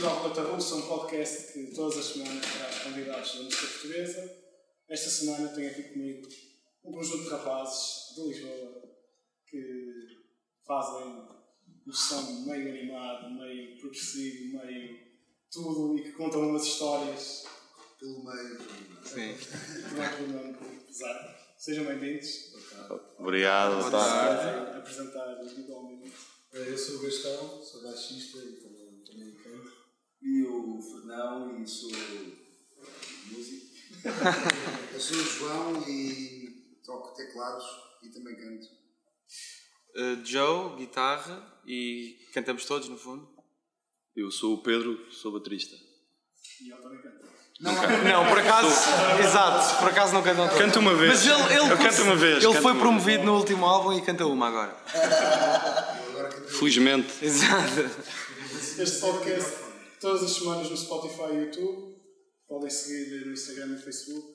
Boas são um podcast que todas as semanas traz convidados da música portuguesa. Esta semana tenho aqui comigo um conjunto de rapazes de Lisboa que fazem um som meio animado, meio progressivo, meio tudo e que contam umas histórias Pelo meio. Sim. que não é pelo nome pesado. Sejam bem-vindos. Obrigado, tá. boa tarde. Podem apresentar individualmente. Eu sou o Gastão, sou baixista e também, também canto. E o Fernão e sou músico. Eu sou o João e toco teclados e também canto. Uh, Joe, guitarra e cantamos todos no fundo. Eu sou o Pedro, sou baterista. E eu também canto. Não, por acaso, exato, por acaso não cantam todos. Canto uma vez. Mas ele, ele Eu canto uma vez. Ele canto foi uma promovido no último álbum e canta uma agora. Eu agora canto. vez. Felizmente. Exato. Este podcast todas as semanas no Spotify e YouTube. Podem seguir no Instagram e no Facebook.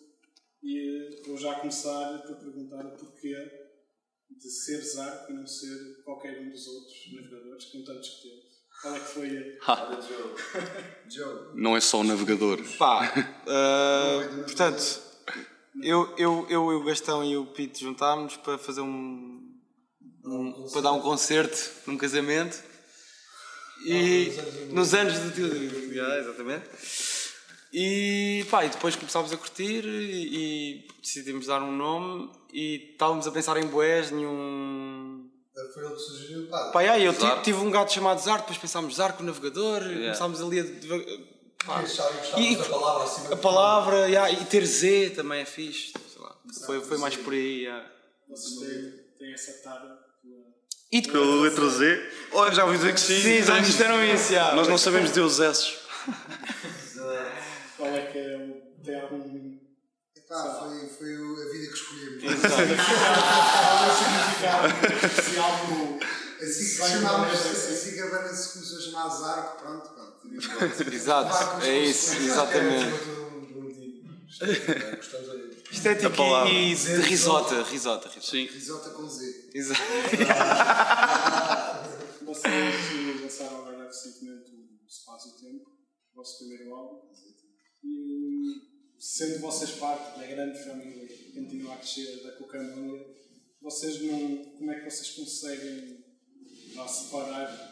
E eh, vou já começar por perguntar o porquê de ser Zarco e não ser qualquer um dos outros navegadores, com tantos que teve. Qual é que foi a. Olha, Joe. Joe. Não é só o navegador. Pá, uh, portanto, eu, eu, eu, e o Gastão e o Pito juntámos para fazer um. um- para dar um concerto num casamento. E nos anos de um. Tilde. Yeah, exatamente. E pá, e depois começámos a curtir e, e decidimos dar um nome e estávamos a pensar em boés, nenhum. eh, Foi ele que sugeriu. Pá, Pá, yeah, eu ti- Zarco. tive um gato chamado Zarco, depois pensámos Zarco, navevegador, começámos ali a. deva- Pá, e- a palavra acima a palavra, yeah, e ter Z também é fixe. sei lá. Foi, foi mais por aí. yeah. Vocês têm, têm essa tara pela. E Pela letra Z. Olha, já ouvi dizer que sim. Sim, já nos disseram isso. yeah. né? Nós não sabemos dizer os S. Qual é que é o. Tem algum Pá, foi, foi o- a vida que escolhemos. é significado especial do. Assim que, Vai, chamámos, vai, vai, assim que a banda se começou a chamar Zarco, pronto, pá. tive- Exato, é isso, exatamente. um- tipo. A Estética palavra. é tipo e de risota, risota, risota. Sim. Risota com Z. Exato. Vocês lançaram agora recentemente né? o Espaço e Tempo, o vosso primeiro álbum, e sendo vocês parte da grande família que continua a crescer da Cucamanga, vocês não. como é que vocês conseguem lá separar?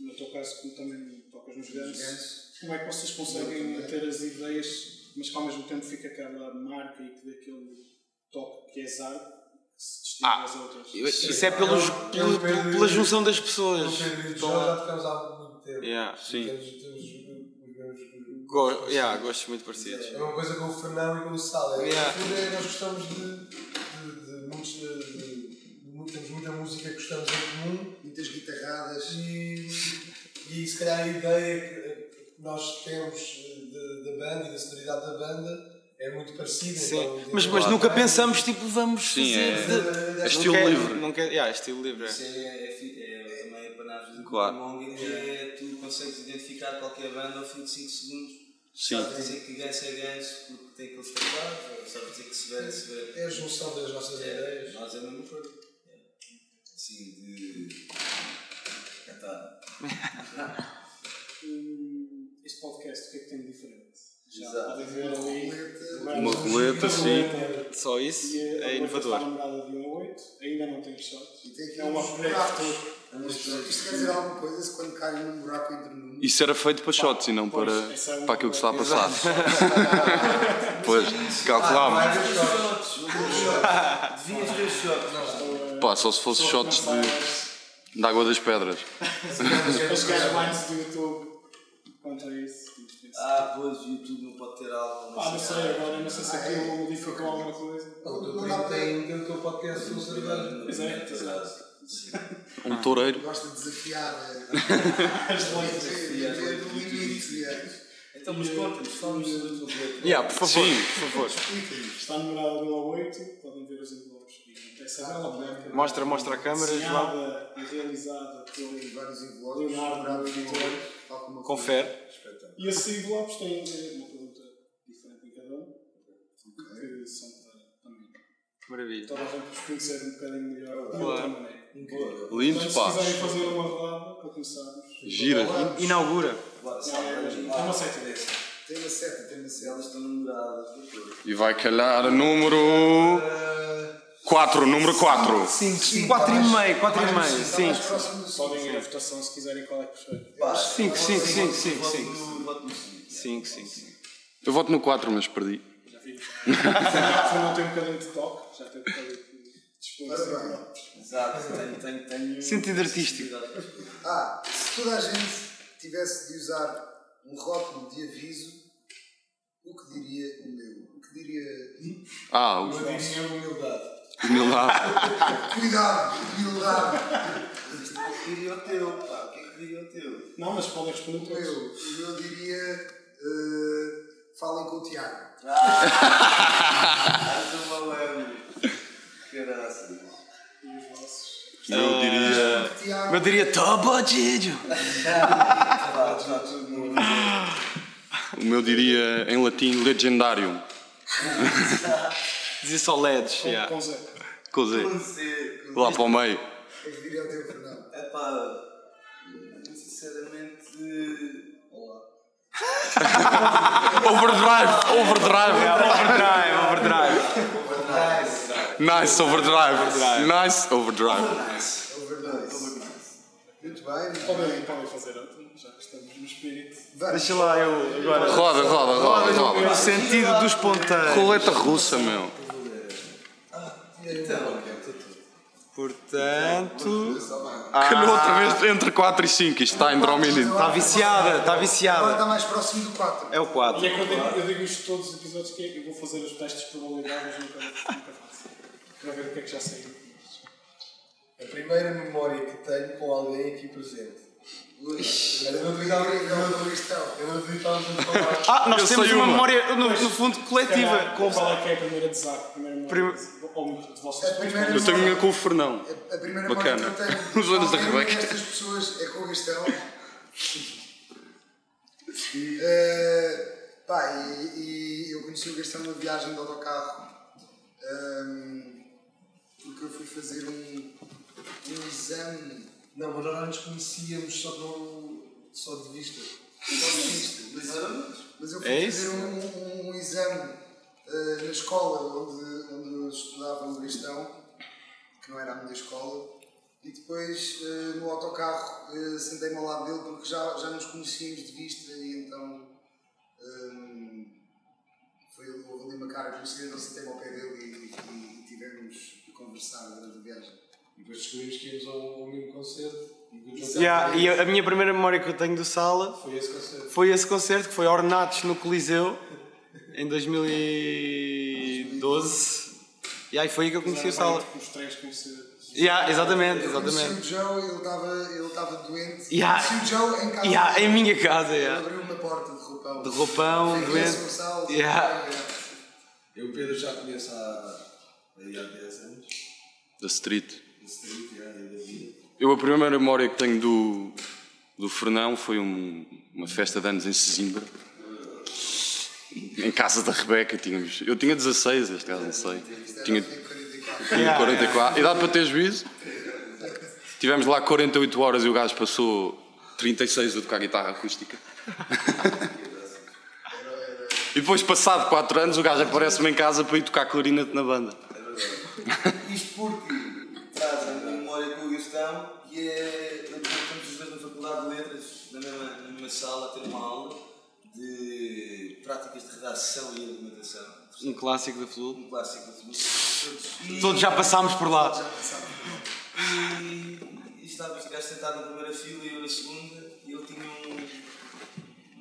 No teu caso, como também tocas nos gansos, como é que vocês conseguem ter as ideias, mas que ao mesmo tempo fica aquela marca e que dê aquele toque que é zar, que se distingue Ah, das outras? Isso é pelos, pelo- pelo- pela junção das pessoas. Yeah. Sim. Go- yeah, gostos muito parecidos. É uma coisa com o Fernão e com o Sal. É, Yeah. no fundo, é, nós gostamos de, de, de muitos. De, de, mu- temos muita música que gostamos em comum Muitas guitarradas. e, e se calhar a ideia que, que nós temos de- da banda e da sonoridade da banda é muito parecida. então, Sim. tipo, Mas, mas lá nunca atrás, pensamos, tipo, vamos fazer. Sim, é- de- É estilo Nunca é- livre. Nunca, é- yeah, estilo livre. é. Isso é, é, fi- é também para nós do Claro. Mongo que é tu consegues identificar qualquer banda ao fim de 5 segundos. Sim. Sabes dizer que ganso é ganso porque tem aqueles tatuagens, sabes dizer que se vê, se vê. É a junção das nossas É, ideias. nós é a mesma coisa. É. Assim, de. Então, cantar. Hum, este podcast, o que é que tem de diferente? Já Exato. podem ver ali. Roleta. Uma roleta, sim. Só isso E a é roleta está inovador. numerada de 1 a 8, ainda não tem shot. E tem aqui É uma uns roleta buracos. Isto isto quer dizer alguma coisa se quando caem num buraco entre números. Isso era feito para shots e não para, Pois, essa é uma para aquilo que está a coisa. passar. pois, Ah, calculámos. Um Devias ver os shots. Pá, só se fosse shots de, de água das pedras. Os guidelines do YouTube quanto a isso. mas penso- Ah, pois, o YouTube Ah, não pode ter algo. Pá, não sei agora, não sei se Ah, é? aquilo modificou alguma coisa. Então, O teu primo um tem é aquele teu podcast sobre cerveja. Pois é, Um toureiro. Gosta de desafiar. eh, as leis. ver- ver o um limite. eh. Então, mas conta-nos, fala-nos sobre o teu projeto. Yeah, por favor. Sim. por favor. Está numerada de 1 a 8, podem ver os envelopes. E essa bela marca. Mostra, mostra a câmera, João. desenhada e realizada pelo Tem vários envelopes. Leonardo, Leonardo Vitor. Vitor, tal como eu Confere. E esses envelopes têm eh, uma pergunta diferente em cada um, que são para também Maravilha. toda a gente os conhecer um bocadinho melhor de Claro. Um outra maneira. Boa. Lindo, Portanto, pá. Se quiserem fazer uma rodada para começarmos. Gira. Inaugura. Lá, Já é, sabe, é uma seta. dessa. Tem uma seta, tem uma seta. Elas estão numeradas, por favor. E vai calhar número 4, número 4. 5, 4 e meio, 4 e meio. Sim. Podem ir à votação se quiserem qual é que foi. Pá, Cinco, voto- cinco, cinco, voto- cinco, voto cinco. no- voto no cinco. 5, 5. Eu voto no 4, mas perdi. Já vi. Foi não ter um bocadinho de toque, já tem um bocadinho de disposição. Exato, tenho, tenho, tenho. Sentido artístico. Ah, se toda a gente tivesse de usar um rótulo de aviso, o que diria o meu? O que diria. Ah, Eu o diria humildade. humildade. Cuidado, humildade! O é que diria o teu, pá? O que é que diria o teu? Não, mas podem responder O todos. meu, o meu diria. eh, falem com o Tiago. Estás um malandro. Caraca. E os vossos. Eu diria. Tiago, Eu diria Tobo Gidio. Pá, está tudo no- O meu diria em latim legendário. Dizia só LEDs. yeah. Com Zé. Com o Z. Não sei. Lá para o meio. o que diria o teu Fernando? É pá, sinceramente. Olá. Overdrive! Overdrive! Overdrive, overdrive. Overdrive. Nice overdrive! Nice overdrive! Overnice. Muito bem. Podem, podem fazer outro, já que estamos no espírito. Vamos. Deixa lá eu agora. Roda, roda, roda, No roda. sentido dos ponteiros. Roleta russa, meu. Então, Portanto. Calhou outra vez entre 4 e 5. Isto está em Dromini. Está Tá viciada, está Agora viciada. está mais próximo do 4. É o 4. E é que eu digo, eu digo isto todos os episódios que é, eu vou fazer os testes de probabilidade, mas nunca, nunca faço. Para ver o que é que já saiu. A primeira memória que tenho com alguém aqui presente. Eu não duvidava Eu não duvidava de falar. Ah, nós Eu temos sei uma, uma. memória, no, no fundo, coletiva. Calhar, Com... Qual é que é a primeira de Zac? a Primeira Prim- memória? Ou de vocês? A primeira Eu tenho minha com o Fernão. A primeira Bacana. memória que eu tenho. Os olhos da Alguém Rebeca. destas pessoas é com o Gastão. Eh, pá, e, e eu conheci o Gastão numa viagem de autocarro. Ahm, porque eu fui fazer um, um exame. Não, mas nós nos conhecíamos só, não, só de vista. Só de vista, mas- Mas eu fui É fazer isso? um, um- um exame eh, na escola onde, onde eu estudava no Cristão, que não era a minha escola, e depois eh, no autocarro eh, sentei-me ao lado dele porque já, já nos conhecíamos de vista e então ehm, foi, houve ali uma cara conhecida, então sentei-me ao pé dele e, e, e tivemos a conversar durante a viagem. E depois descobrimos que íamos ao, ao mesmo concerto. E que o Yeah, e a, a minha primeira memória que eu tenho do Sala Foi esse concerto. foi esse concerto que foi Ornatos no Coliseu em 2012. E aí foi aí que eu conheci o é Sala. Os três conhecidos. Yeah, exatamente, Eu conheci o exatamente. Joe, ele estava ele estava doente. Yeah. Conheci o Joe em casa. Yeah, em minha casa, Ele yeah. abriu uma porta de roupão. de roupão, Fiquei sem doente. sal, sem Yeah. nada. eu o Pedro já conheço há, aí há 10 anos, Da street. esse 30 anos da vida. Eu a primeira memória que tenho do, do Fernão foi um- uma festa de anos em Sesimbra. Em casa da Rebeca tínhamos. Eu tinha 16, este caso, não sei. Tinha, Fiquei 44. tinha 44. Idade para ter juízo. Tivemos lá 48 horas e o gajo passou 36 a tocar guitarra acústica. E depois, passado 4 anos, o gajo aparece-me em casa para ir tocar clarinete na banda. Isto porque traz a minha memória com o Gastão e é. eu- Estamos os dois na Faculdade de Letras, na mesma, na mesma sala, a ter uma aula de práticas de redação e argumentação. Um clássico da Flu. Um clássico de todos. E- Todos já passámos por lá. E, e estava este gajo sentado na primeira fila e eu na segunda, e ele tinha um,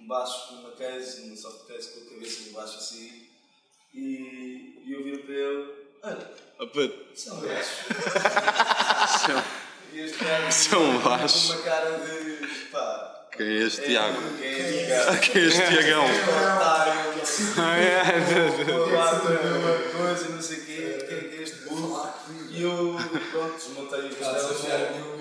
um baixo com uma case, uma soft case com a cabeça no baixo assim, e, e eu viro para ele, olha, isso é um gajo. E este gajo é Isso é um com baixo. uma cara de, pá, Quem é este é Tiago? Quem é este gajo? Quem é este Tiagão? É um otário, que assim, uma barba, uma coisa, não sei o quê, quem é que é este burro? E eu, pronto, desmontei o gastão,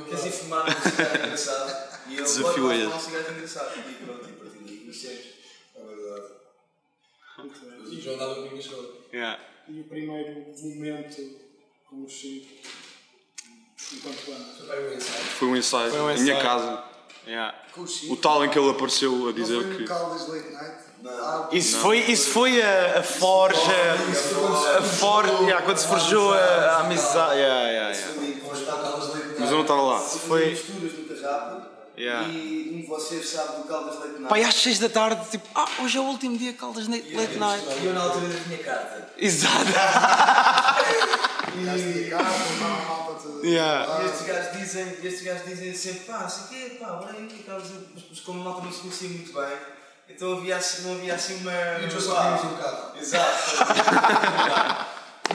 queres ir fumar um cigarro engraçado? E ele, Desafio "Bora, a ele." vamos fumar um cigarro engraçado. E pronto, e parti daí, conhecemos. É verdade. Mas o João dava comigo na escola. Yeah. E o primeiro momento com os cinco. enquanto banda? Foi um ensaio. Foi um ensaio, Foi um na minha ensaio. casa. Yeah. Com o Chico. O tal em que ele apareceu a Não é dizer foi que. no Caldas Late Night? Não. Ah, Isso foi, isso foi a, a forja. A forja. yeah, quando se forjou a, a amizade. Yeah, yeah, yeah. Mas eu não estava lá. Foi. misturas no Carrapa Yeah. e um de vocês sabe do Caldas Leite Nada. Pai, às 6 da tarde, tipo, ah, hoje é o último dia Caldas Late late Night. E eu na altura da minha carta. Exato. e cá, uma malta toda. Yeah. Ah. E estes gajos dizem, estes gajos dizem sempre, pá, sei quê, pá, olha aí, que Caldas Leite. Mas, mas como a malta não se conhecia muito bem, então havia assim, não havia assim uma. Então uma- só tínhamos um carro. Exato.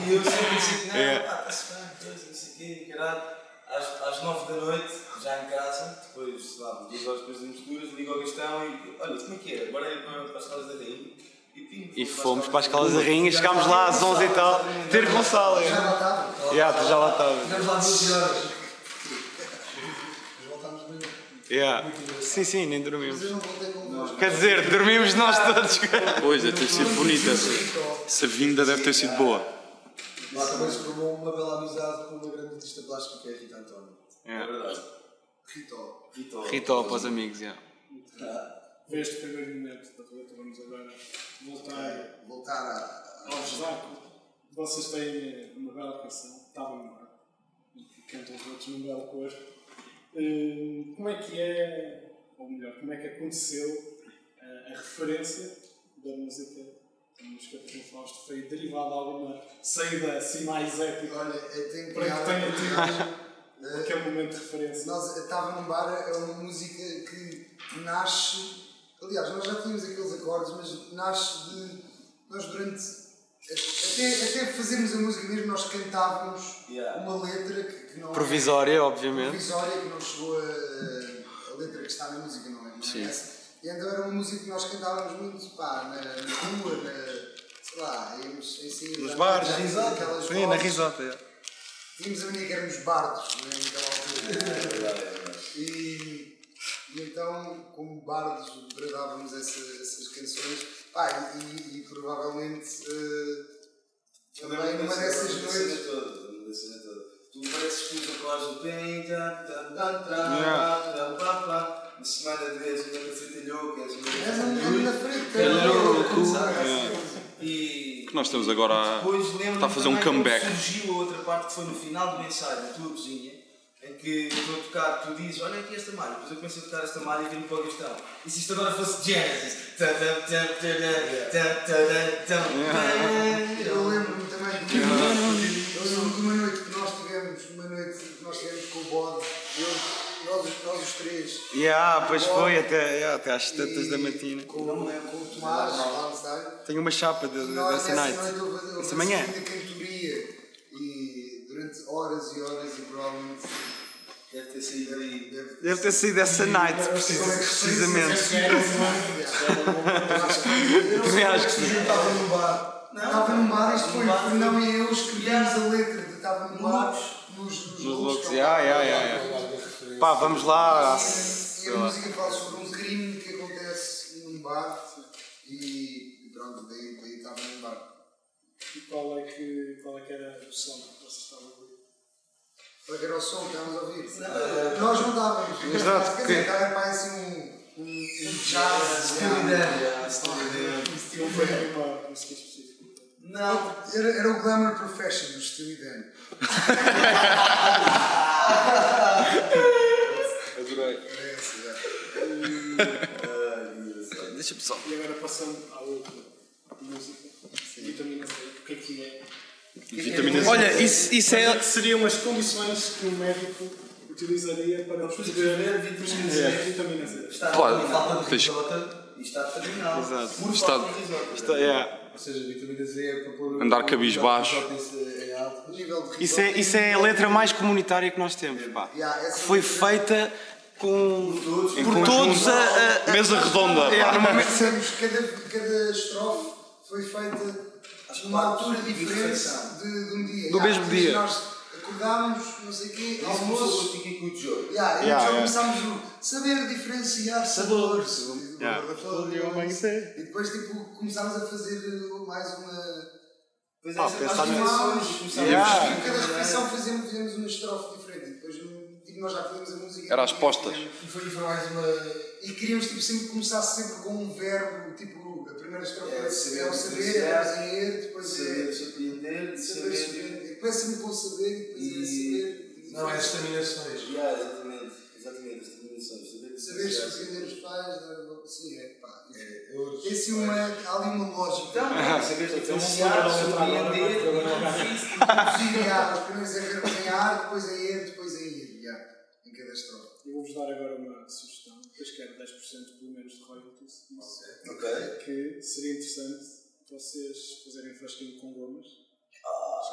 e eu sempre disse, não, pá, está-se bem, É. coisa, não sei o quê, caralho. Às, às 9 da noite, já em casa, depois, sei lá, duas horas depois das misturas, ligo ao Gastão e olha, como é que é? Bora ir para, para as casas da Rainha. E, pim, E fomos para as Calas da Rainha, chegámos lá às 11 e tal. Ter Gonçalo. Já yeah. lá estava. Yeah, tu já lá estavas. Tivemos lá 12 horas. Mas voltámos bem. Yeah. Sim, sim, nem dormimos. Vocês não vão ter convosco. Quer dizer, dormimos nós todos. Pois, deve ter sido bonita essa. Essa vinda deve ter sido boa. Lá também se formou uma bela amizade com uma grande artista plástica que é a Rita António. É verdade. Ritó. Vitor. Ritó para os amigos, yeah. Foi este primeiro momento da reta, vamos agora voltar Voltar a. ao José. Vocês têm uma bela canção, estavam no mar, e cantam todos num belo cor. Eh, Como é que é, ou melhor, como é que aconteceu eh, a referência da música, a música de João Fausto, foi derivada de alguma saída assim mais épica? Olha, eu tenho Para que tenha tido Eh, aquele momento de referência. Nós estava num bar, é uma música que nasce. Aliás, nós já tínhamos aqueles acordes, mas nasce de. Nós durante. Até, até fazermos a música mesmo, nós cantávamos Yeah. uma letra que, que não. é Provisória, obviamente. provisória, que não chegou a, a- a letra que está na música, não é? Não é essa? E então era uma música que nós cantávamos muito, pá, na, na rua, na. sei lá, íamos em cima. Nos da- bares. da- daquelas Sim, na vozes. risota. yeah. Tínhamos a mania que éramos bardos, não é? Naquela altura. E, e então, como bardos, bradávamos essa, essas canções. Pá, e, e- e provavelmente eh, também numa dessas noites. Tu pareces que os acordes do bem, tá, tá, tá, tá, Yeah. tá, pá, pá. Uma semana de vez, uma noite fritalhou, que és uma Essa noite mulher na frente. Era era louco. louco. E Que nós estamos agora a- depois lembro-me está a fazer um também quando comeback. surgiu a outra parte que foi no final do ensaio, na tua cozinha, em que estou a tocar, tu dizes, olha aqui esta malha, depois eu comecei a tocar esta malha e viro para o Gastão. E se isto agora fosse jazz? Tan, tan, tan, tan, tan, tan, tan, tan. Eu lembro-me também de uma, eu lembro-me de uma noite que nós tivemos, uma noite que nós tivemos com o Bode, eu, nós, os- nós os três. Yeah, pois foi, até, yeah, até às tantas e da matina. Com, com o Tomás, lá no estádio. Tenho uma chapa de- de- Nós, dessa night. noite houve- houve Essa uma manhã. seguinte cantoria e durante horas e horas e provavelmente Deve ter saído aí. deve Deve ter sido essa night, É precisamente. Eu acho que- eu não Também sei acho que se sim. eu Estava no bar. estava no bar, isto foi o Fernão e eu escrevíamos a letra de estava no bar nos, nos, Nos loucos, loucos. yeah, yeah, yeah, Ah, yeah. Pá, vamos lá. à- E a música fala sobre um crime que acontece num bar e pronto, daí daí estava num bar. E qual é que, qual é que era o som que vocês estavam a ouvir? Para ver o som que estávamos a ouvir. Eh, Nós não estávamos. Exato, Quer que- dizer, estava mais um, um, um jazz. é? Se não foi nenhuma música específica. Não, Era, era o Glamour Profession do Steely Dan. Adorei. Era esse, já. Deixa-me só. E agora passando à outra música, vitamina C, o que é que é? Vitamina C. Olha, isso, isso Quais é. é que seriam as condições que um médico utilizaria para prescrever vitamina C? Vitamina C. está Pode. terminado. Falta de Tens- risota e está terminado. Exato. Por Está- falta de risota. Isto é- yeah. Ou seja, a vitamina Z é para pôr. Andar cabisbaixo. É alto. Nível de Isso é, isso é a letra mais comunitária que nós temos, pá. Yeah, essa Que foi letra- é feita com, Em por todos conjunto. a, a- Mesa redonda. Yeah. Percebemos que cada, cada estrofe foi feita a uma altura diferente de, de um dia. Do mesmo imagina, dia. Nós acordámos, não sei o quê, Isso começou almoço. com o Tiki Good Joe. Yeah, e Yeah, então yeah. começámos a saber diferenciar sabores. O Yeah. valor da flor de leões. E depois tipo, começámos a fazer uh, mais uma. Pois Ah, essa pensar parte nisso. começámos- Yeah. começámos a Cada escrever, não é? refeição fazemos, fizemos uma estrofe diferente. E depois tipo, nós já fazíamos a música. Era às postas. E foi, e foi mais uma. E queríamos tipo, sempre começar sempre com um verbo, tipo, a primeira estrofe É, era saber saber, saber, diferenciar, era saber, depois Saber é surpreender, saber, saber. saber. Depois é sempre com saber, depois é saber. E- Não, é as terminações. Yeah, exatamente, exatamente, as determinações. Saber é. Saber diferenciar. surpreender os pais, dar- sim, é pá. É, Eu- tem assim uma, há ali uma lógica. Então, saber diferenciar, surpreender, Sim, há, os primeiros é verbo em ar, depois é ir, depois é ir, já, em cada estrofe. Eu vou-vos dar agora uma sugestão, depois quero 10% pelo menos de royalties. Isso. Ok. Que seria interessante vocês fazerem um frasquinho com gomas,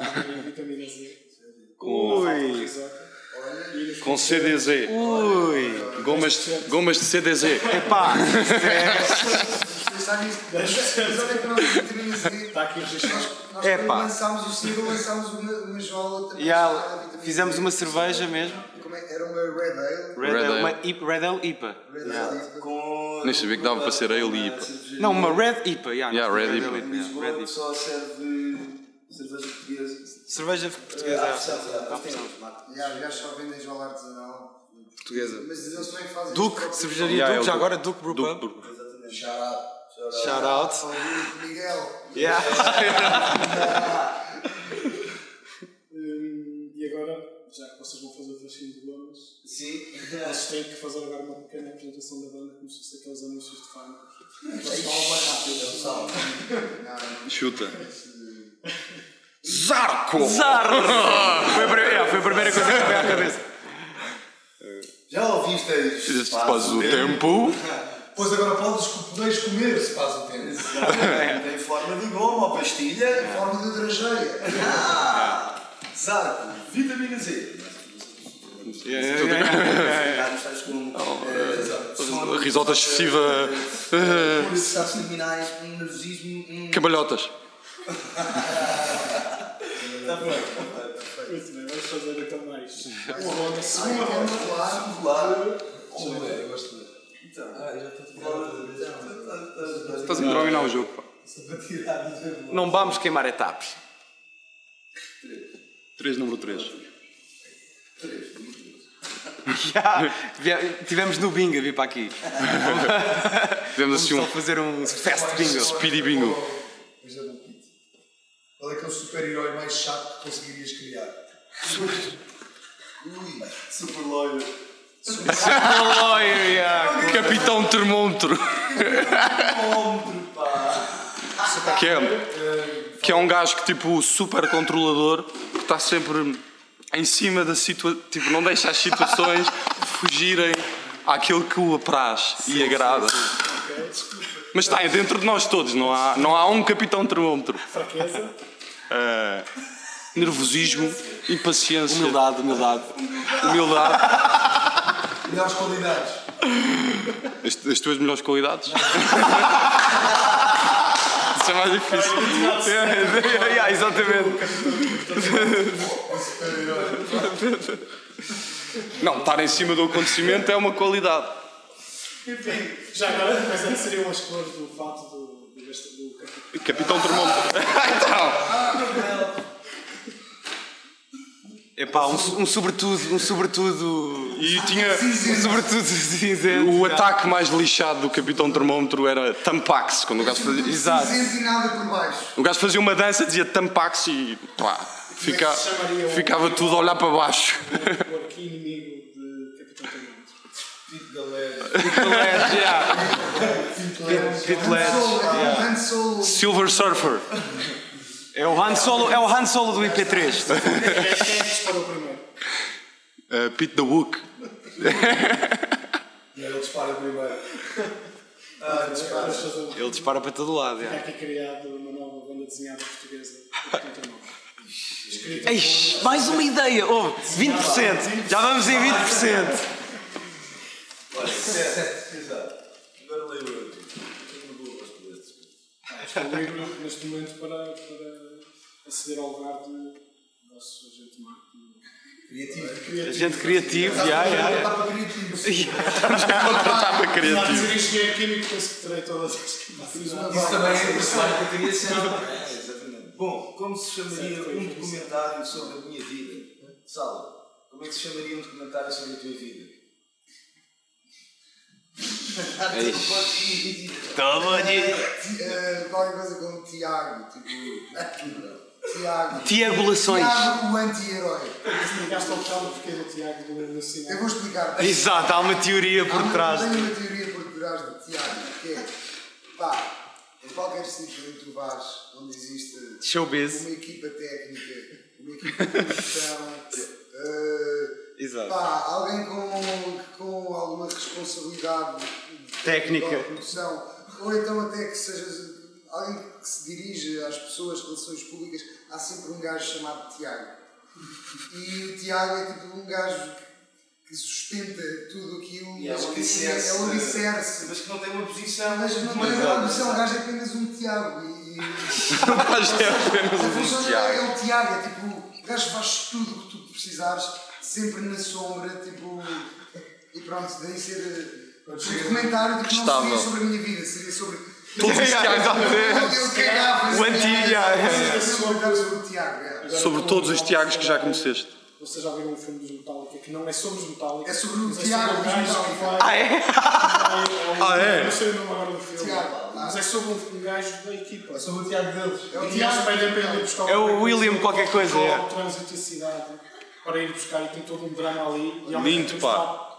escreverem vitamina Z, Ui. uma faca de risoca, Olha, e nos Com CDZ. Ui! Gomas, gomas de CDZ. Pá! vamos pensar nisso. Mas olha que nós vitamina Z, Está aqui registrado. nós, nós Epá. quando lançámos o single, lançámos uma, uma jola também. É, E chamada há, vitamina Z. fizemos uma cerveja mesmo. Como é? Era uma Red Ale. Red, Red Ale, Ale. uma Ipa- Red Ale IPA. Red Ale. Com Nem sabia que dava para ser ale e IPA. Não, uma Red IPA. Yeah, Yeah, não, Red Ale, IPA. yeah, é Lisboa Red que IPA. só serve cerveja portuguesa. Cerveja portuguesa. Ah, sabe, sabe, Ah, tem sabe. os matos. Já, já só vendem jola artesanal. Portuguesa. Mas eles também fazem. Duque, cervejaria Yeah, é Duque, o já Duque. agora Duque Brew Duke Pub. Brew. Exatamente. Shout out. Shout out. Ao Duque Miguel. Yeah. Hum, e agora, já que vocês vão fazer o frasquinho de gomas, Sim. vocês têm que fazer agora uma pequena apresentação da banda, como se fosse aqueles anúncios de fábricas. Vocês falam mais rápido. Chuta. Zarco! Foi, a pri- yeah, foi a primeira coisa que me veio à cabeça. Já ouviste este Este faz o tempo. Pois agora podes, co- podes comer se faz o tempo. Tem forma de goma ou pastilha. Forma de drageia. Zarco, vitamina Z. Ah, estás com, eh, é. sono, Risota excessiva. eh, Processos terminais, um nervosismo. um- Cambalhotas. Tá bem, tá Muito bem, vamos fazer então mais. Ai, é claro. bem. Claro. Deixa eu ver, eu gosto de ver. Então, ah, já estou a Estás em droga e não ao jogo. pá. Não vamos queimar etapas. Três número 3. Yeah. Vie- Tivemos no bingo a vir para aqui. Tivemos Vamos assim só um fazer um fast bingo. speedy bingo. Mas é bom, Pete. Qual é que é o super-herói mais chato que conseguirias criar? Super lawyer. Aloio, yeah. Capitão Termômetro. Termômetro, pá. Que é, que é um gajo que, tipo, super controlador, que está sempre em cima da situação. Tipo, não deixa as situações fugirem àquilo que o apraz e agrada. Mas está é dentro de nós todos, não há, não há um Capitão Termômetro. Fraqueza, Ah, nervosismo, impaciência, Humildade, humildade. humildade. Melhores qualidades. As, as tuas melhores qualidades? Isso é mais difícil. Yeah, yeah, exatamente. Não, estar em cima do acontecimento é uma qualidade. enfim. Já agora, mas é que seriam as cores do fato do, do, gasto- do capitão. Capitão Termômetro. então, Epá, um, so- um sobretudo, um sobretudo. e tinha. Um sobretudo cinzento. O yeah. ataque mais lixado do Capitão Termômetro era Tampax. Quando o gajo fazia, Exato. Isento e nada por baixo. o gajo fazia uma dança, dizia Tampax e pá, fica- é ficava tudo a olhar para baixo. O arqui-inimigo de Capitão Termômetro. Tipo Pitlet, yeah. Pit- Pitlet. Solo, é um Han Solo. Silver Surfer. É o Han Solo, é o Han Solo do IP3. Quem é que disparou primeiro? Uh, Pete the Wook. E aí ele dispara primeiro. Vamos fazer Ele dispara para todo lado, Está yeah. aqui criado uma nova banda desenhada portuguesa. Escrita Ei, mais uma ideia, Oh, ouve, 20%. Já vamos em 20%. Olha, sete, exato. Agora leio eu. Tenho uma boa resposta destes. por livre é neste momento para, para aceder ao lugar de nosso agente Marco. A gente criativa, É, yeah, yeah, yeah. Tapa criativo. Contratava Apesar de criativo. ser engenheiro químico, penso que terei todas as capacidades. Isso também é impressionante. Eu queria ser é? Exatamente. Bom, como se chamaria um documentário sobre a minha vida? Sala. Como é que se chamaria um documentário sobre a tua vida? Toma de... Eh, qualquer coisa como Tiago, tipo. Tiago. Tiago Lações. Tiago, o anti-herói. Explicaste ao Telmo porque é do Tiago do no Eu cinema. vou explicar. Exato, há uma teoria Há por uma- trás. Tenho uma teoria por trás de Tiago, que é. Pá, em qualquer sítio onde tu vás, onde existe Showbiz. uma equipa técnica, uma equipa de produção, eh, Exato. pá, alguém com, com alguma responsabilidade Técnica. de produção, ou então até que sejas alguém que se dirige às pessoas, relações públicas, há sempre um gajo chamado Tiago. E o Tiago é tipo um gajo que sustenta tudo aquilo, E é mas o que alicerce. é o alicerce. Mas que não tem uma posição. Mas não tem nada, mas é um gajo é apenas um Tiago. E, e- Mas é a apenas função um dele é Tiago. o Tiago, é tipo, o gajo faz tudo o que tu precisares, sempre na sombra, tipo. E pronto, daí ser. eh, Um comentário tipo, não Estável. seria sobre a minha vida, seria sobre. Todos os Tiagos à frente. Eu cagava. O anti- yeah, yeah. Esse comentário sobre o Tiago, é. Sobre todos os Tiagos que já conheceste. Vocês já viram um filme dos Metallica que não é sobre os Metallica. É sobre o mas Tiago sobre dos o gajo Metallica. que vai- Ah, é? vai ao- Ah, é? Não sei o nome agora do filme. Tiago. Mas é sobre um gajo da equipa. É sobre o Tiago deles. É O o Tiago Tiago. vai para ele buscar É o qualquer coisa, William qualquer coisa, Ou é. ao trânsito da cidade para ir buscar e tem todo um drama ali. E ao Lindo, mesmo tempo pá. está-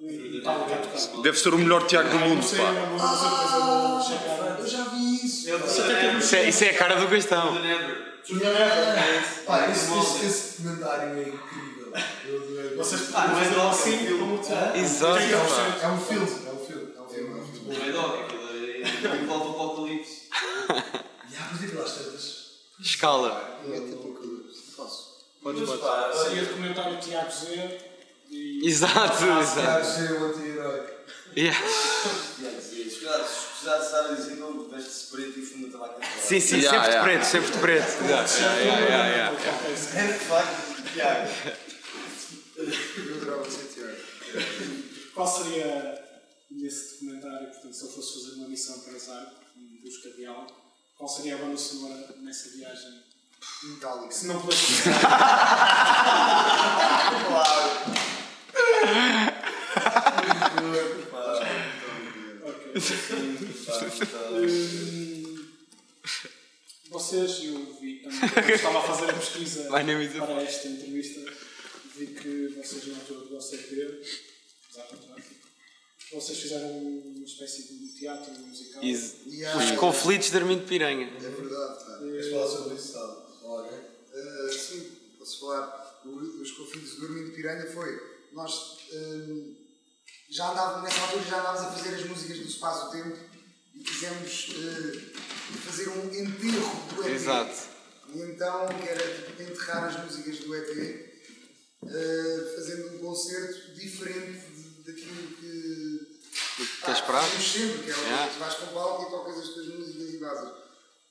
Metallica a tocar. Deve ser o melhor Tiago do Não mundo, sei o pá. nome, não sei o que eu vou checar. Eu já vi isso. Eu não sei. Isso é, isso é a cara do Gastão. Pá, esse, esse, esse documentário é incrível. Eu adorei. Vocês Ah, não é mas do não assim, filme. como o Tiago. Exato, Quem é o pá. chefe? É um filme, é um filme. É um filme, é um filme. Não é dog, aquilo é. Volta ao apocalipse. E há por lá tantas. Escala. Mas Ah. pá, Seria é de comentar o Tiago Z. E Ah, Exato, exato. Tiago ser o anti-herói. Yeah. já sabem dizer não veste-se preto e funda tabaco da Sim, sim, Yeah, sempre yeah. de preto, sempre de preto. Exato. É de facto, Tiago. qual seria, nesse documentário, portanto, se eu fosse fazer uma missão para Zarco, em busca de algo, qual seria a banda sonora nessa viagem? Metallica. Se não pudesse. Hum, Vocês, eu vi também, estava a fazer a pesquisa My name is- para esta entrevista, vi que vocês na altura do OCP, apesar do tráfico, vocês fizeram uma espécie de um teatro musical. Is- Yeah. Os conflitos de Armindo Piranha. É verdade, pá. Queres falar sobre isso, sabe? Olha. Uh, sim, posso falar. O- Os confins do Dormindo Piranha foi. Nós um, já andávamos, nessa altura já andávamos a fazer as músicas do Espaço Tempo e quisemos uh, fazer um enterro do EP. Exato. E então, que era tipo, enterrar as músicas do EP, uh, fazendo um concerto diferente de- daquilo que que é esperado. fazemos sempre, que é o Yeah. que tu vais com o palco e tocas as tuas músicas e vazas.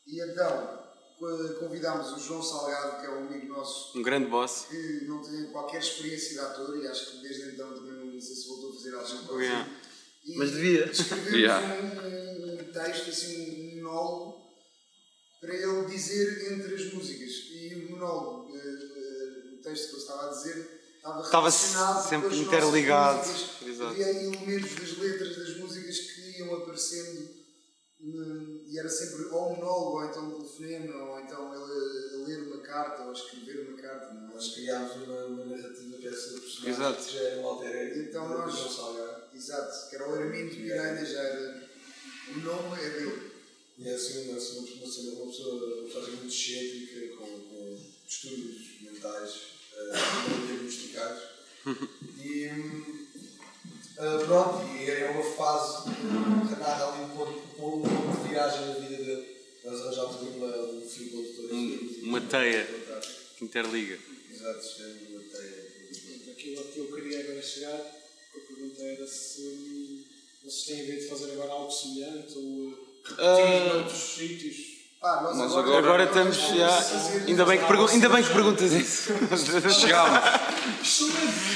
E então, co- convidámos o João Salgado, que é um amigo nosso Um grande boss. que não tem qualquer experiência de ator e acho que desde então também não sei se voltou a fazer alguma coisa. Yeah. E Mas devia. Escrevemos Yeah. um, um texto, assim, um monólogo para ele dizer entre as músicas. E o monólogo, eh, eh, o texto que ele estava a dizer, estava, Estava relacionado sempre com as nossas interligado. músicas. Exato. Havia elementos das letras das músicas que iam aparecendo Hum, e era sempre ou um monólogo, ou então um telefonema, ou então ele a ler uma carta, ou a escrever uma carta. Não é? Nós criámos uma, uma narrativa que é sobre personagens Exato. que já era um alter ego. Então do nós- João Salgado. Exato, que era o Armindo Miranda, já era. O nome é dele. E é assim, nós somos uma, cena- uma pessoa, uma pessoa muito excêntrica, com, com distúrbios mentais, eh, não diagnosticados. E hum, ah, pronto, e é uma fase que narra ali um ponto, um ponto de viagem na vida dele. Nós arranjámos ali uma, um fio condutor. Um- uma teia. Que interliga. Exato, tem uma teia. Aquilo a que eu queria agora chegar, o que eu perguntei era se vocês têm a ver de fazer agora algo semelhante ou repetir Ah. noutros sítios. Pá, nós Nós agora, Agora estamos já. Ainda bem que, pergun- ainda bem que perguntas isso. Chegámos. Isso,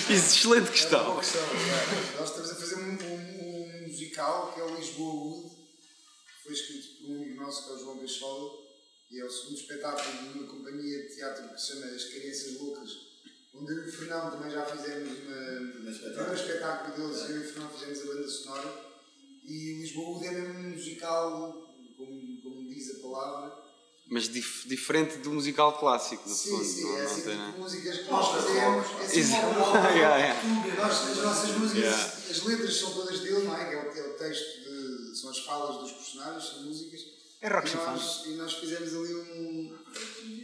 excelente questão. Qual que são, é? Nós estamos a fazer um, um- um musical que é o Lisboa Wood, que foi escrito por um amigo nosso que é o João Gachola, e é o segundo espetáculo de uma companhia de teatro que se chama As Crianças Loucas, onde eu e o Fernando também já fizemos uma, um espetáculo deles, eu e o Fernando fizemos a banda sonora. E Lisboa é mesmo um musical, como, como diz a palavra. Mas dif- diferente do musical clássico, no Sim, fundo. sim, não, é não assim, tem, né? tipo, músicas que nós fazemos, é assim, Exato. uma bola. Yeah, yeah. Nós, as nossas músicas, Yeah. as letras são todas dele, não é? Que é o, é o texto, de, são as falas dos personagens, são músicas. É rock e nós, e nós fizemos ali um.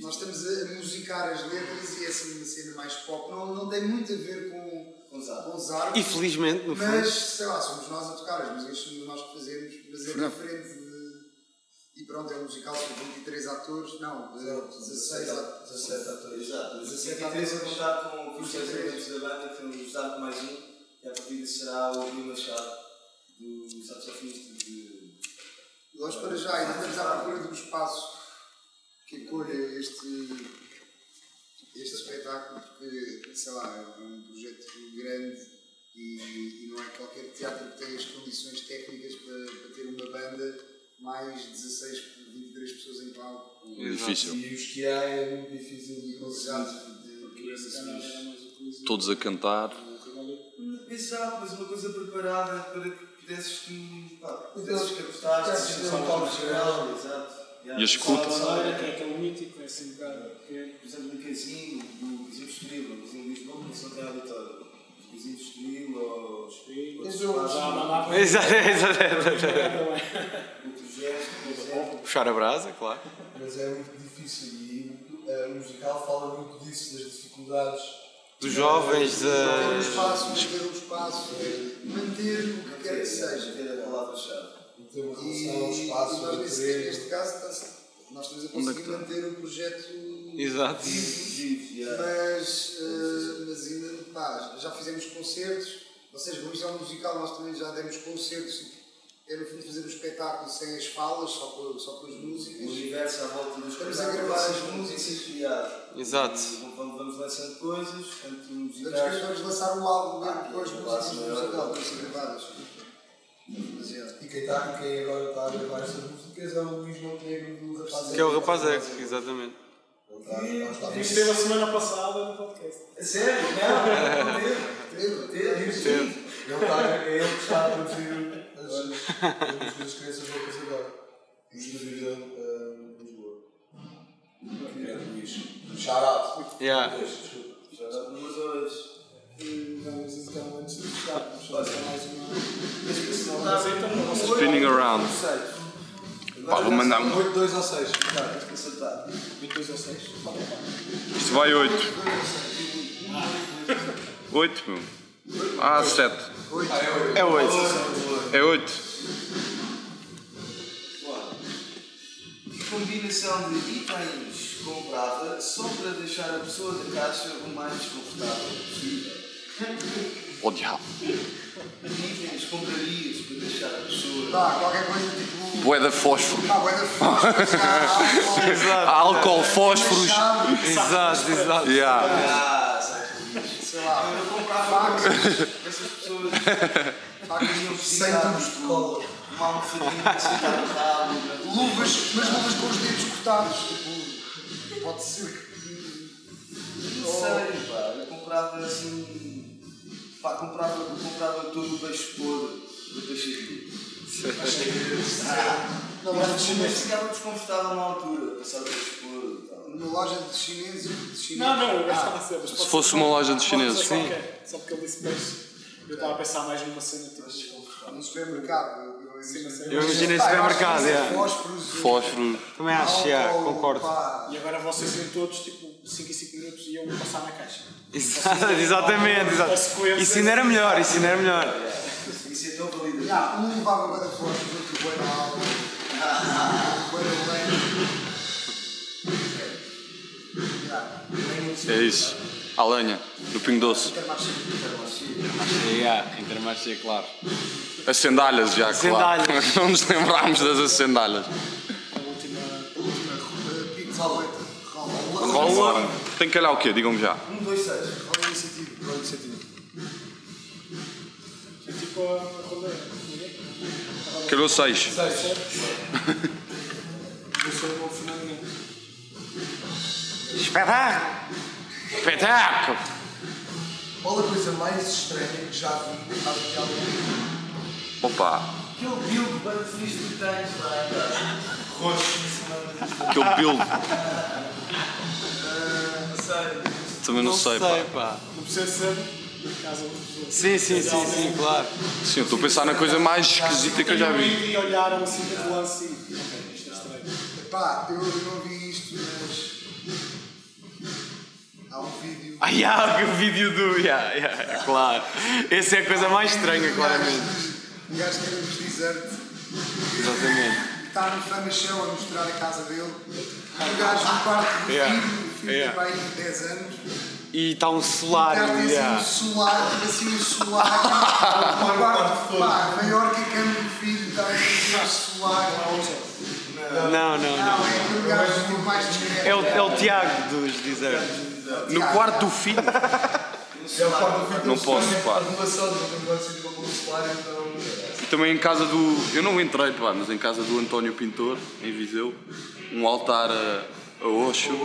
Nós estamos a musicar as letras e é assim uma cena mais pop. Não, não tem muito a ver com, com Zarco. E felizmente, no fundo. Mas, sei lá, somos nós a tocar, as músicas somos nós que fazemos, mas é diferente de. E pronto, é um musical com 23 atores, não, 16 atores. 17 atores. Exato, mas assim que tens a contar com os seus amigos da banda, que foram gostar de mais um, e a partida será o Rui Machado, do saxofonista de. Nós para já ainda estamos à procura de um espaço que acolha este, este espetáculo, porque, sei lá, é um projeto grande e, e não é qualquer teatro que tenha as condições técnicas para, para ter uma banda mais 16, 23 pessoas em palco. É difícil. E os que há é muito difícil de E com conseguir. teatro de- Esse canal era mais o Coisa. Todos a cantar. O Rebelo Hum, Exato, mas é uma coisa preparada para que pudesses tu. pá, Então, pudesses Pudesses captar-te, ter um palco geral. exato. E a escuta. Bandeira, que é aquele mítico, é assim um bocado. pequeno. Por exemplo, um casinho, um casinho de estrela, um casinho de Lisboa, que só tem a vitória. Um casinho de estrela, ou Já mandava Exato, exato, exato. é? o projeto, por exemplo. Puxar a brasa, claro. Mas é muito difícil. E eh, o musical fala muito disso, das dificuldades. Dos jovens, eh, Ter um da. espaço, manter um espaço, manter o que quer que seja. Ter a palavra-chave. Então, uma E, relação ao e espaço, nós, ao nesse- terreno. é neste caso, está-se- nós estamos a conseguir manter o projeto Exato. Mas, eh, mas ainda, pá, já fizemos concertos, vocês vão isto é um musical, nós também já demos concertos, é no fundo fazer um espetáculo sem as falas, só com, só com as O músicas. universo à volta dos Estamos espetáculos a gravar vai as ser músicas. muito criado. Exato. E Vamos, vamos lançando coisas, tanto Vamos, musicais. vamos lançar um álbum mesmo Ah, com as eu músicas faço do maior. musical, vão ser gravadas. Mas é. E quem, tá, e quem agora está a gravar estas músicas é o Luís Montenegro do Rapaz Que é o rapaz é, exatamente. Ele tá- ele está- Isto teve a semana passada no podcast. É sério? Não, não teve. Teve, Teve. Ele está- é ele que está a produzir as, as, as coisas que crianças vão fazer agora. Os que viram eh, em Lisboa. É Luís. Shout out. Yeah. Luís, desculpa. Já dá número 2. E vamos então antes de fechar, vamos fazer mais uma. Spinning around. Pá, vou mandar um. 8, 2 ou 6. Cara, Tá, Acertar. 22 ou 6. Isto vai 8. 8, meu. Ah, 7. Tá, É hoje. É 8. Que combinação de itens comprada só para deixar a pessoa da caixa o mais desconfortável possível. Oh, diabo. Que itens comprarias para deixar a pessoa. Pá, Tá, qualquer coisa tipo. Boeda fósforo. Pá, boa da foto, já há Exato. Álcool, uma fósforos. chave, Exato, exato. Yeah. Ah, sabes sei lá, Eu comprava essas pessoas tinham sem tubos precisado de de cola. uma almofadinha para sentar no rabo. Luvas, mas luvas com os dedos cortados, tipo. Pode ser que. Sério, pá, eu comprava assim. Pá, comprava, eu comprava todo o peixe podre da peixaria. Não, Mas mas os chineses- ficava desconfortável na altura, passar o peixe podre e tal. Numa loja de chineses. De chineses. Não, não, eu gastava a ser. Se fosse uma loja de chineses, sim. Só porque ele disse peixe. Eu estava a pensar mais numa cena tipo. Num supermercado. eu- Eu sim. imaginei Eu imaginei Pá, supermercado, acho que é yeah. Fósforos. Fósforo. Também acho, yeah, álcool, concordo. pá. E agora vocês iam todos, tipo, 5 e 5 minutos e eu ia passar na caixa. Exato, exatamente, exato. Isso ainda era melhor, isso ainda era melhor. Isso é tão válido. Já, um levava bué de fósforos, outro bué na aula. Bué de lenha. Já, É isso. A lenha. No Pingo Doce. Intermarché. Yeah, Intermarché, claro. As sandálias, já, claro. Sandálias. Não nos lembrámos das sandálias. Uh, Pico de roleta. Rola. Rola. Tem que calhar o quê? Digam-me já. Um, dois, seis. Rola iniciativa. Rola iniciativa. É tipo a ronda. Ninguém? Calhou 6. Eu sou o Fernando. Espetáculo! Espetáculo! Qual a coisa mais estranha que já vi acho que alguém viu? Opa, Aquele build bem fixe que tens lá em casa. Roxo em cima da que eu build. Sério. Também não, sei, pá. pá. Não precisa ser na casa do professor. Sim, sim, sim, sim, claro. Sim, eu estou a pensar na coisa mais esquisita que eu já vi. E olharam assim para o lance e. Ok, isto é estranho. Epá, eu não vi isto, mas. Há um vídeo. Ah, yeah, o vídeo do. Yeah, yeah, claro. Essa é a coisa mais estranha, claramente. Um gajo que era dos desert Exatamente. está no famachão a mostrar a casa dele. Um gajo no quarto do Yeah. filho, o filho Yeah. tem pai de 10 anos. E está um solário. Cara, tem yeah. assim um solar, tem assim um solar, um Tá quarto pá, maior que a cama do filho, está assim um solar. Não, não, Não, não. é aquele gajo tipo mais discreto. É o, é o Tiago dos Desertos. No quarto do filho. É o quarto do filho Não posso, pá. Arrumação, não tem negócio de comprar um solar, então. E também em casa do. Eu não entrei, pá, mas em casa do António Pintor, em Viseu, um altar a, a Oxo.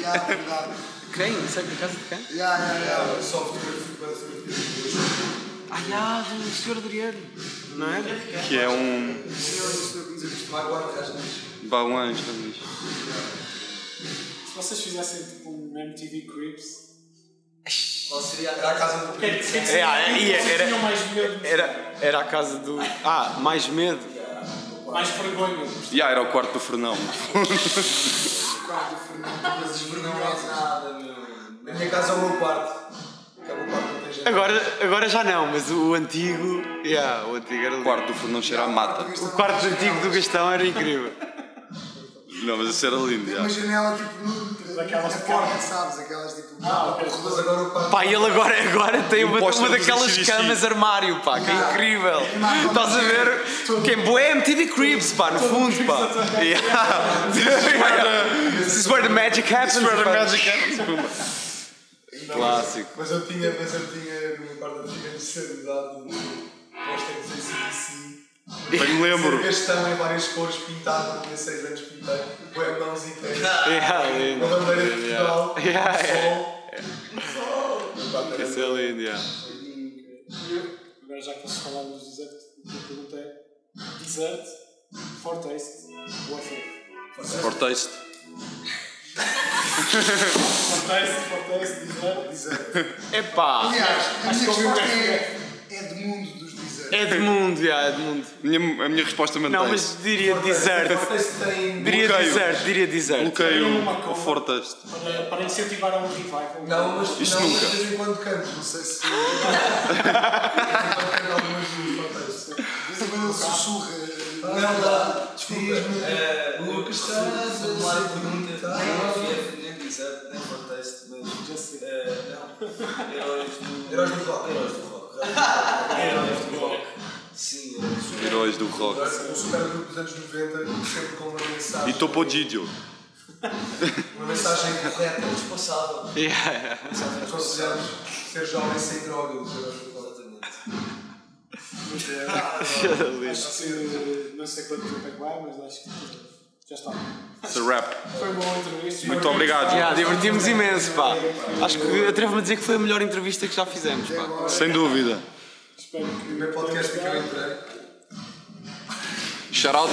Yeah, verdade. Quem? Isso é por causa de quem? Yeah, yeah, yeah. Só fotografia, quase fotografia. Ah, yeah, do Sr. Adriano. Não é? Que é um. Vai guardar as luzes. Balanjo, talvez. Se vocês fizessem tipo um MTV Crips. Qual seria a casa do Quer dizer, É, aí vocês era- é. tinham mais medo, Era, era a casa do. Ah, mais medo. mais vergonha. E ah, era o quarto do Fernão. Quarto do Fernando, mas vergonhosa. Nada, meu. Na minha casa é o meu quarto. Que é o meu quarto, não tem gente. Agora, agora já não, mas o antigo. Yeah, o antigo era O quarto do Fernão cheira a mata. é O quarto antigo do Gastão era incrível. Não, mas isso era lindo, já. Uma janela tipo no, Daquelas na de porta, cama. sabes? Aquelas tipo. Ah, ok. Mas agora o quarto. Pá, ele agora, agora tem uma, póster uma dos daquelas ACDC. camas armário, pá, que é incrível. Marco Estás a ver? Quem boa é MTV Cribs, pá, no fundo, pá. Yeah. This is where the magic happens. pá. Clássico. Mas eu tinha, mas eu tinha no meu quarto eu tinha necessidade de postem de ACDC. Bem me lembro. Gastão em várias cores pintado, 16 anos pintei. Põe mãos inteiras. Yeah, Uma lindo. bandeira de Portugal. Yeah, Sol. Sol. Isso é lindo, yeah. Agora já que vocês falaram dos desert, o que eu perguntei é desert, fortaste, ou é feio? Cortei-te. Fortaste, fortaste, desert. Epá, Aliás, a minha que um eu questão gosto é, é de mundo dos desertos. Edmundo, é yeah, Edmundo. Minha- a minha resposta mantém-se. Não, mas diria É, desert. Vocês têm. Diria Bloqueio. desert, diria desert. Bloqueio o Forteste. Para, para incentivar um revival. Não, mas Isto não, nunca. Mas de vez em quando canto. Não sei se. De Não vez em quando ele sussurra. dá. Diz-me. É, O Lucas está a um formular ser perguntas. tá? perguntado. Nem FF, nem Desert, nem Forteste, mas. Já sei. Eh, Não. Heróis do. Heróis do rock. Heróis do rock. Heróis do rock. Sim, heróis do rock. Heróis do rock. Um supergrupo dos anos 90, sempre com uma E mensagem. Topodidio. Uma mensagem correta. Responsável. Yeah. Aconselhamos ser jovem sem drogas. Exatamente. Acho que não sei quanto tempo é que vai, mas acho que já está. It's a rap. Foi uma boa entrevista. Muito obrigado. Yeah, divertimos imenso, pá. Acho que atrevo-me a dizer que foi a melhor entrevista que já fizemos, pá. Sem dúvida. Espero que. O meu podcast que eu entrei. Shoutout.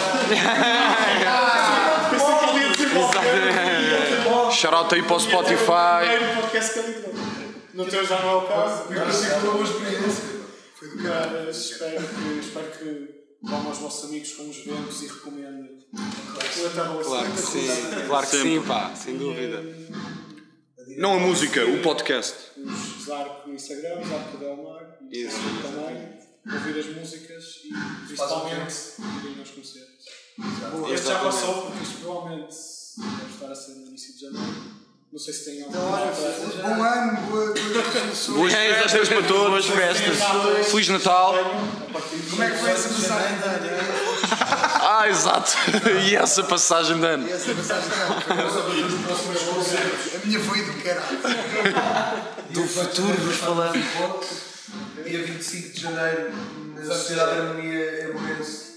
Shoutout aí para o Spotify. Primeiro podcast que eu ligo. No teu já não é o caso. Eu consigo uma boa experiência. Mas espero que, espero que vão aos vossos amigos como os vemos e recomendo. Claro que sim, claro que sim, pá, sem dúvida. Não a música, o podcast. Os Zarco no Instagram, Zarco Delmar, no Isso. Instagram também. Ouvir as músicas e principalmente irem aos concertos. Este já passou, porque isto provavelmente deve estar a ser no início de janeiro. Não sei se tem alguma Então, coisa. Bom ano, boa boa resolução. Boas É, festas para Boas todos. festas. Feliz Natal. Como é que foi essa passagem de é? ano? Ah, exato. E essa passagem de ano. E essa passagem de ano? A minha foi do caralho. Do futuro vos falando. Dia 25 de janeiro, na Sociedade de Harmonia em Lourenço.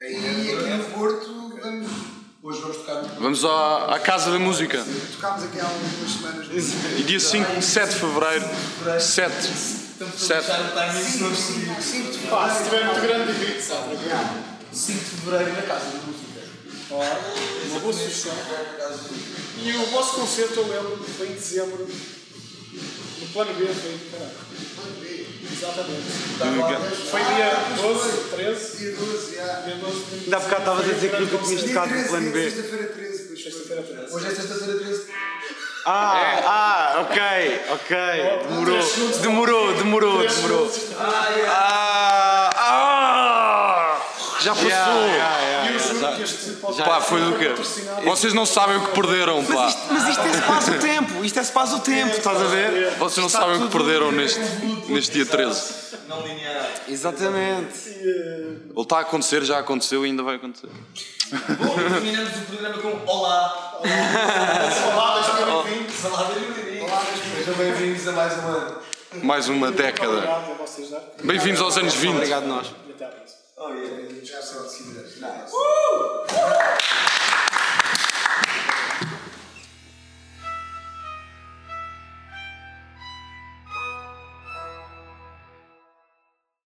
E aqui no Porto vamos Hoje vamos tocar no Vamos à, à Casa da Música. Tocámos aqui há algumas semanas. E dia 5, 7 de Fevereiro. 7. 7. Fechar o timing se não percebi. 5 de Pá, fevereiro. se tiver muito grande, divido, sabe? 5 de fevereiro na casa da música. Uma boa sugestão. E o vosso concerto, eu lembro, foi em dezembro. No plano B foi, caralho. Exatamente. Foi dia 12, 13. Dia 12, já. Dia 12, Ainda há bocado estavas a dizer que nunca tinhas Foi Dia tocado no 13, plano dia B. sexta-feira 13. Sexta-feira 13. pois foi. Hoje é sexta-feira 13. Ah, ah, ok, ok. Demorou, demorou, demorou, demorou. Ah, ah, Já passou. yeah, yeah, Eu yeah. juro que este podcast Pá, foi do quê? patrocinado. Vocês não sabem o que perderam, pá. Mas isto, mas isto é espaço tempo, isto é espaço tempo, estás a ver? Vocês não sabem o que perderam neste, neste dia 13. Não linear. Exatamente. Ele está a acontecer, já aconteceu e ainda vai acontecer. Bom, terminamos o programa com Olá. Olá, bem-vindos. Olá, bem-vindos. Olá, Sejam bem-vindos a mais um ano. Mais uma década. Obrigado a vocês, já. Bem-vindos aos anos 20. Obrigado, nós. E até à próxima. Oh, yeah. Já só se quiseres.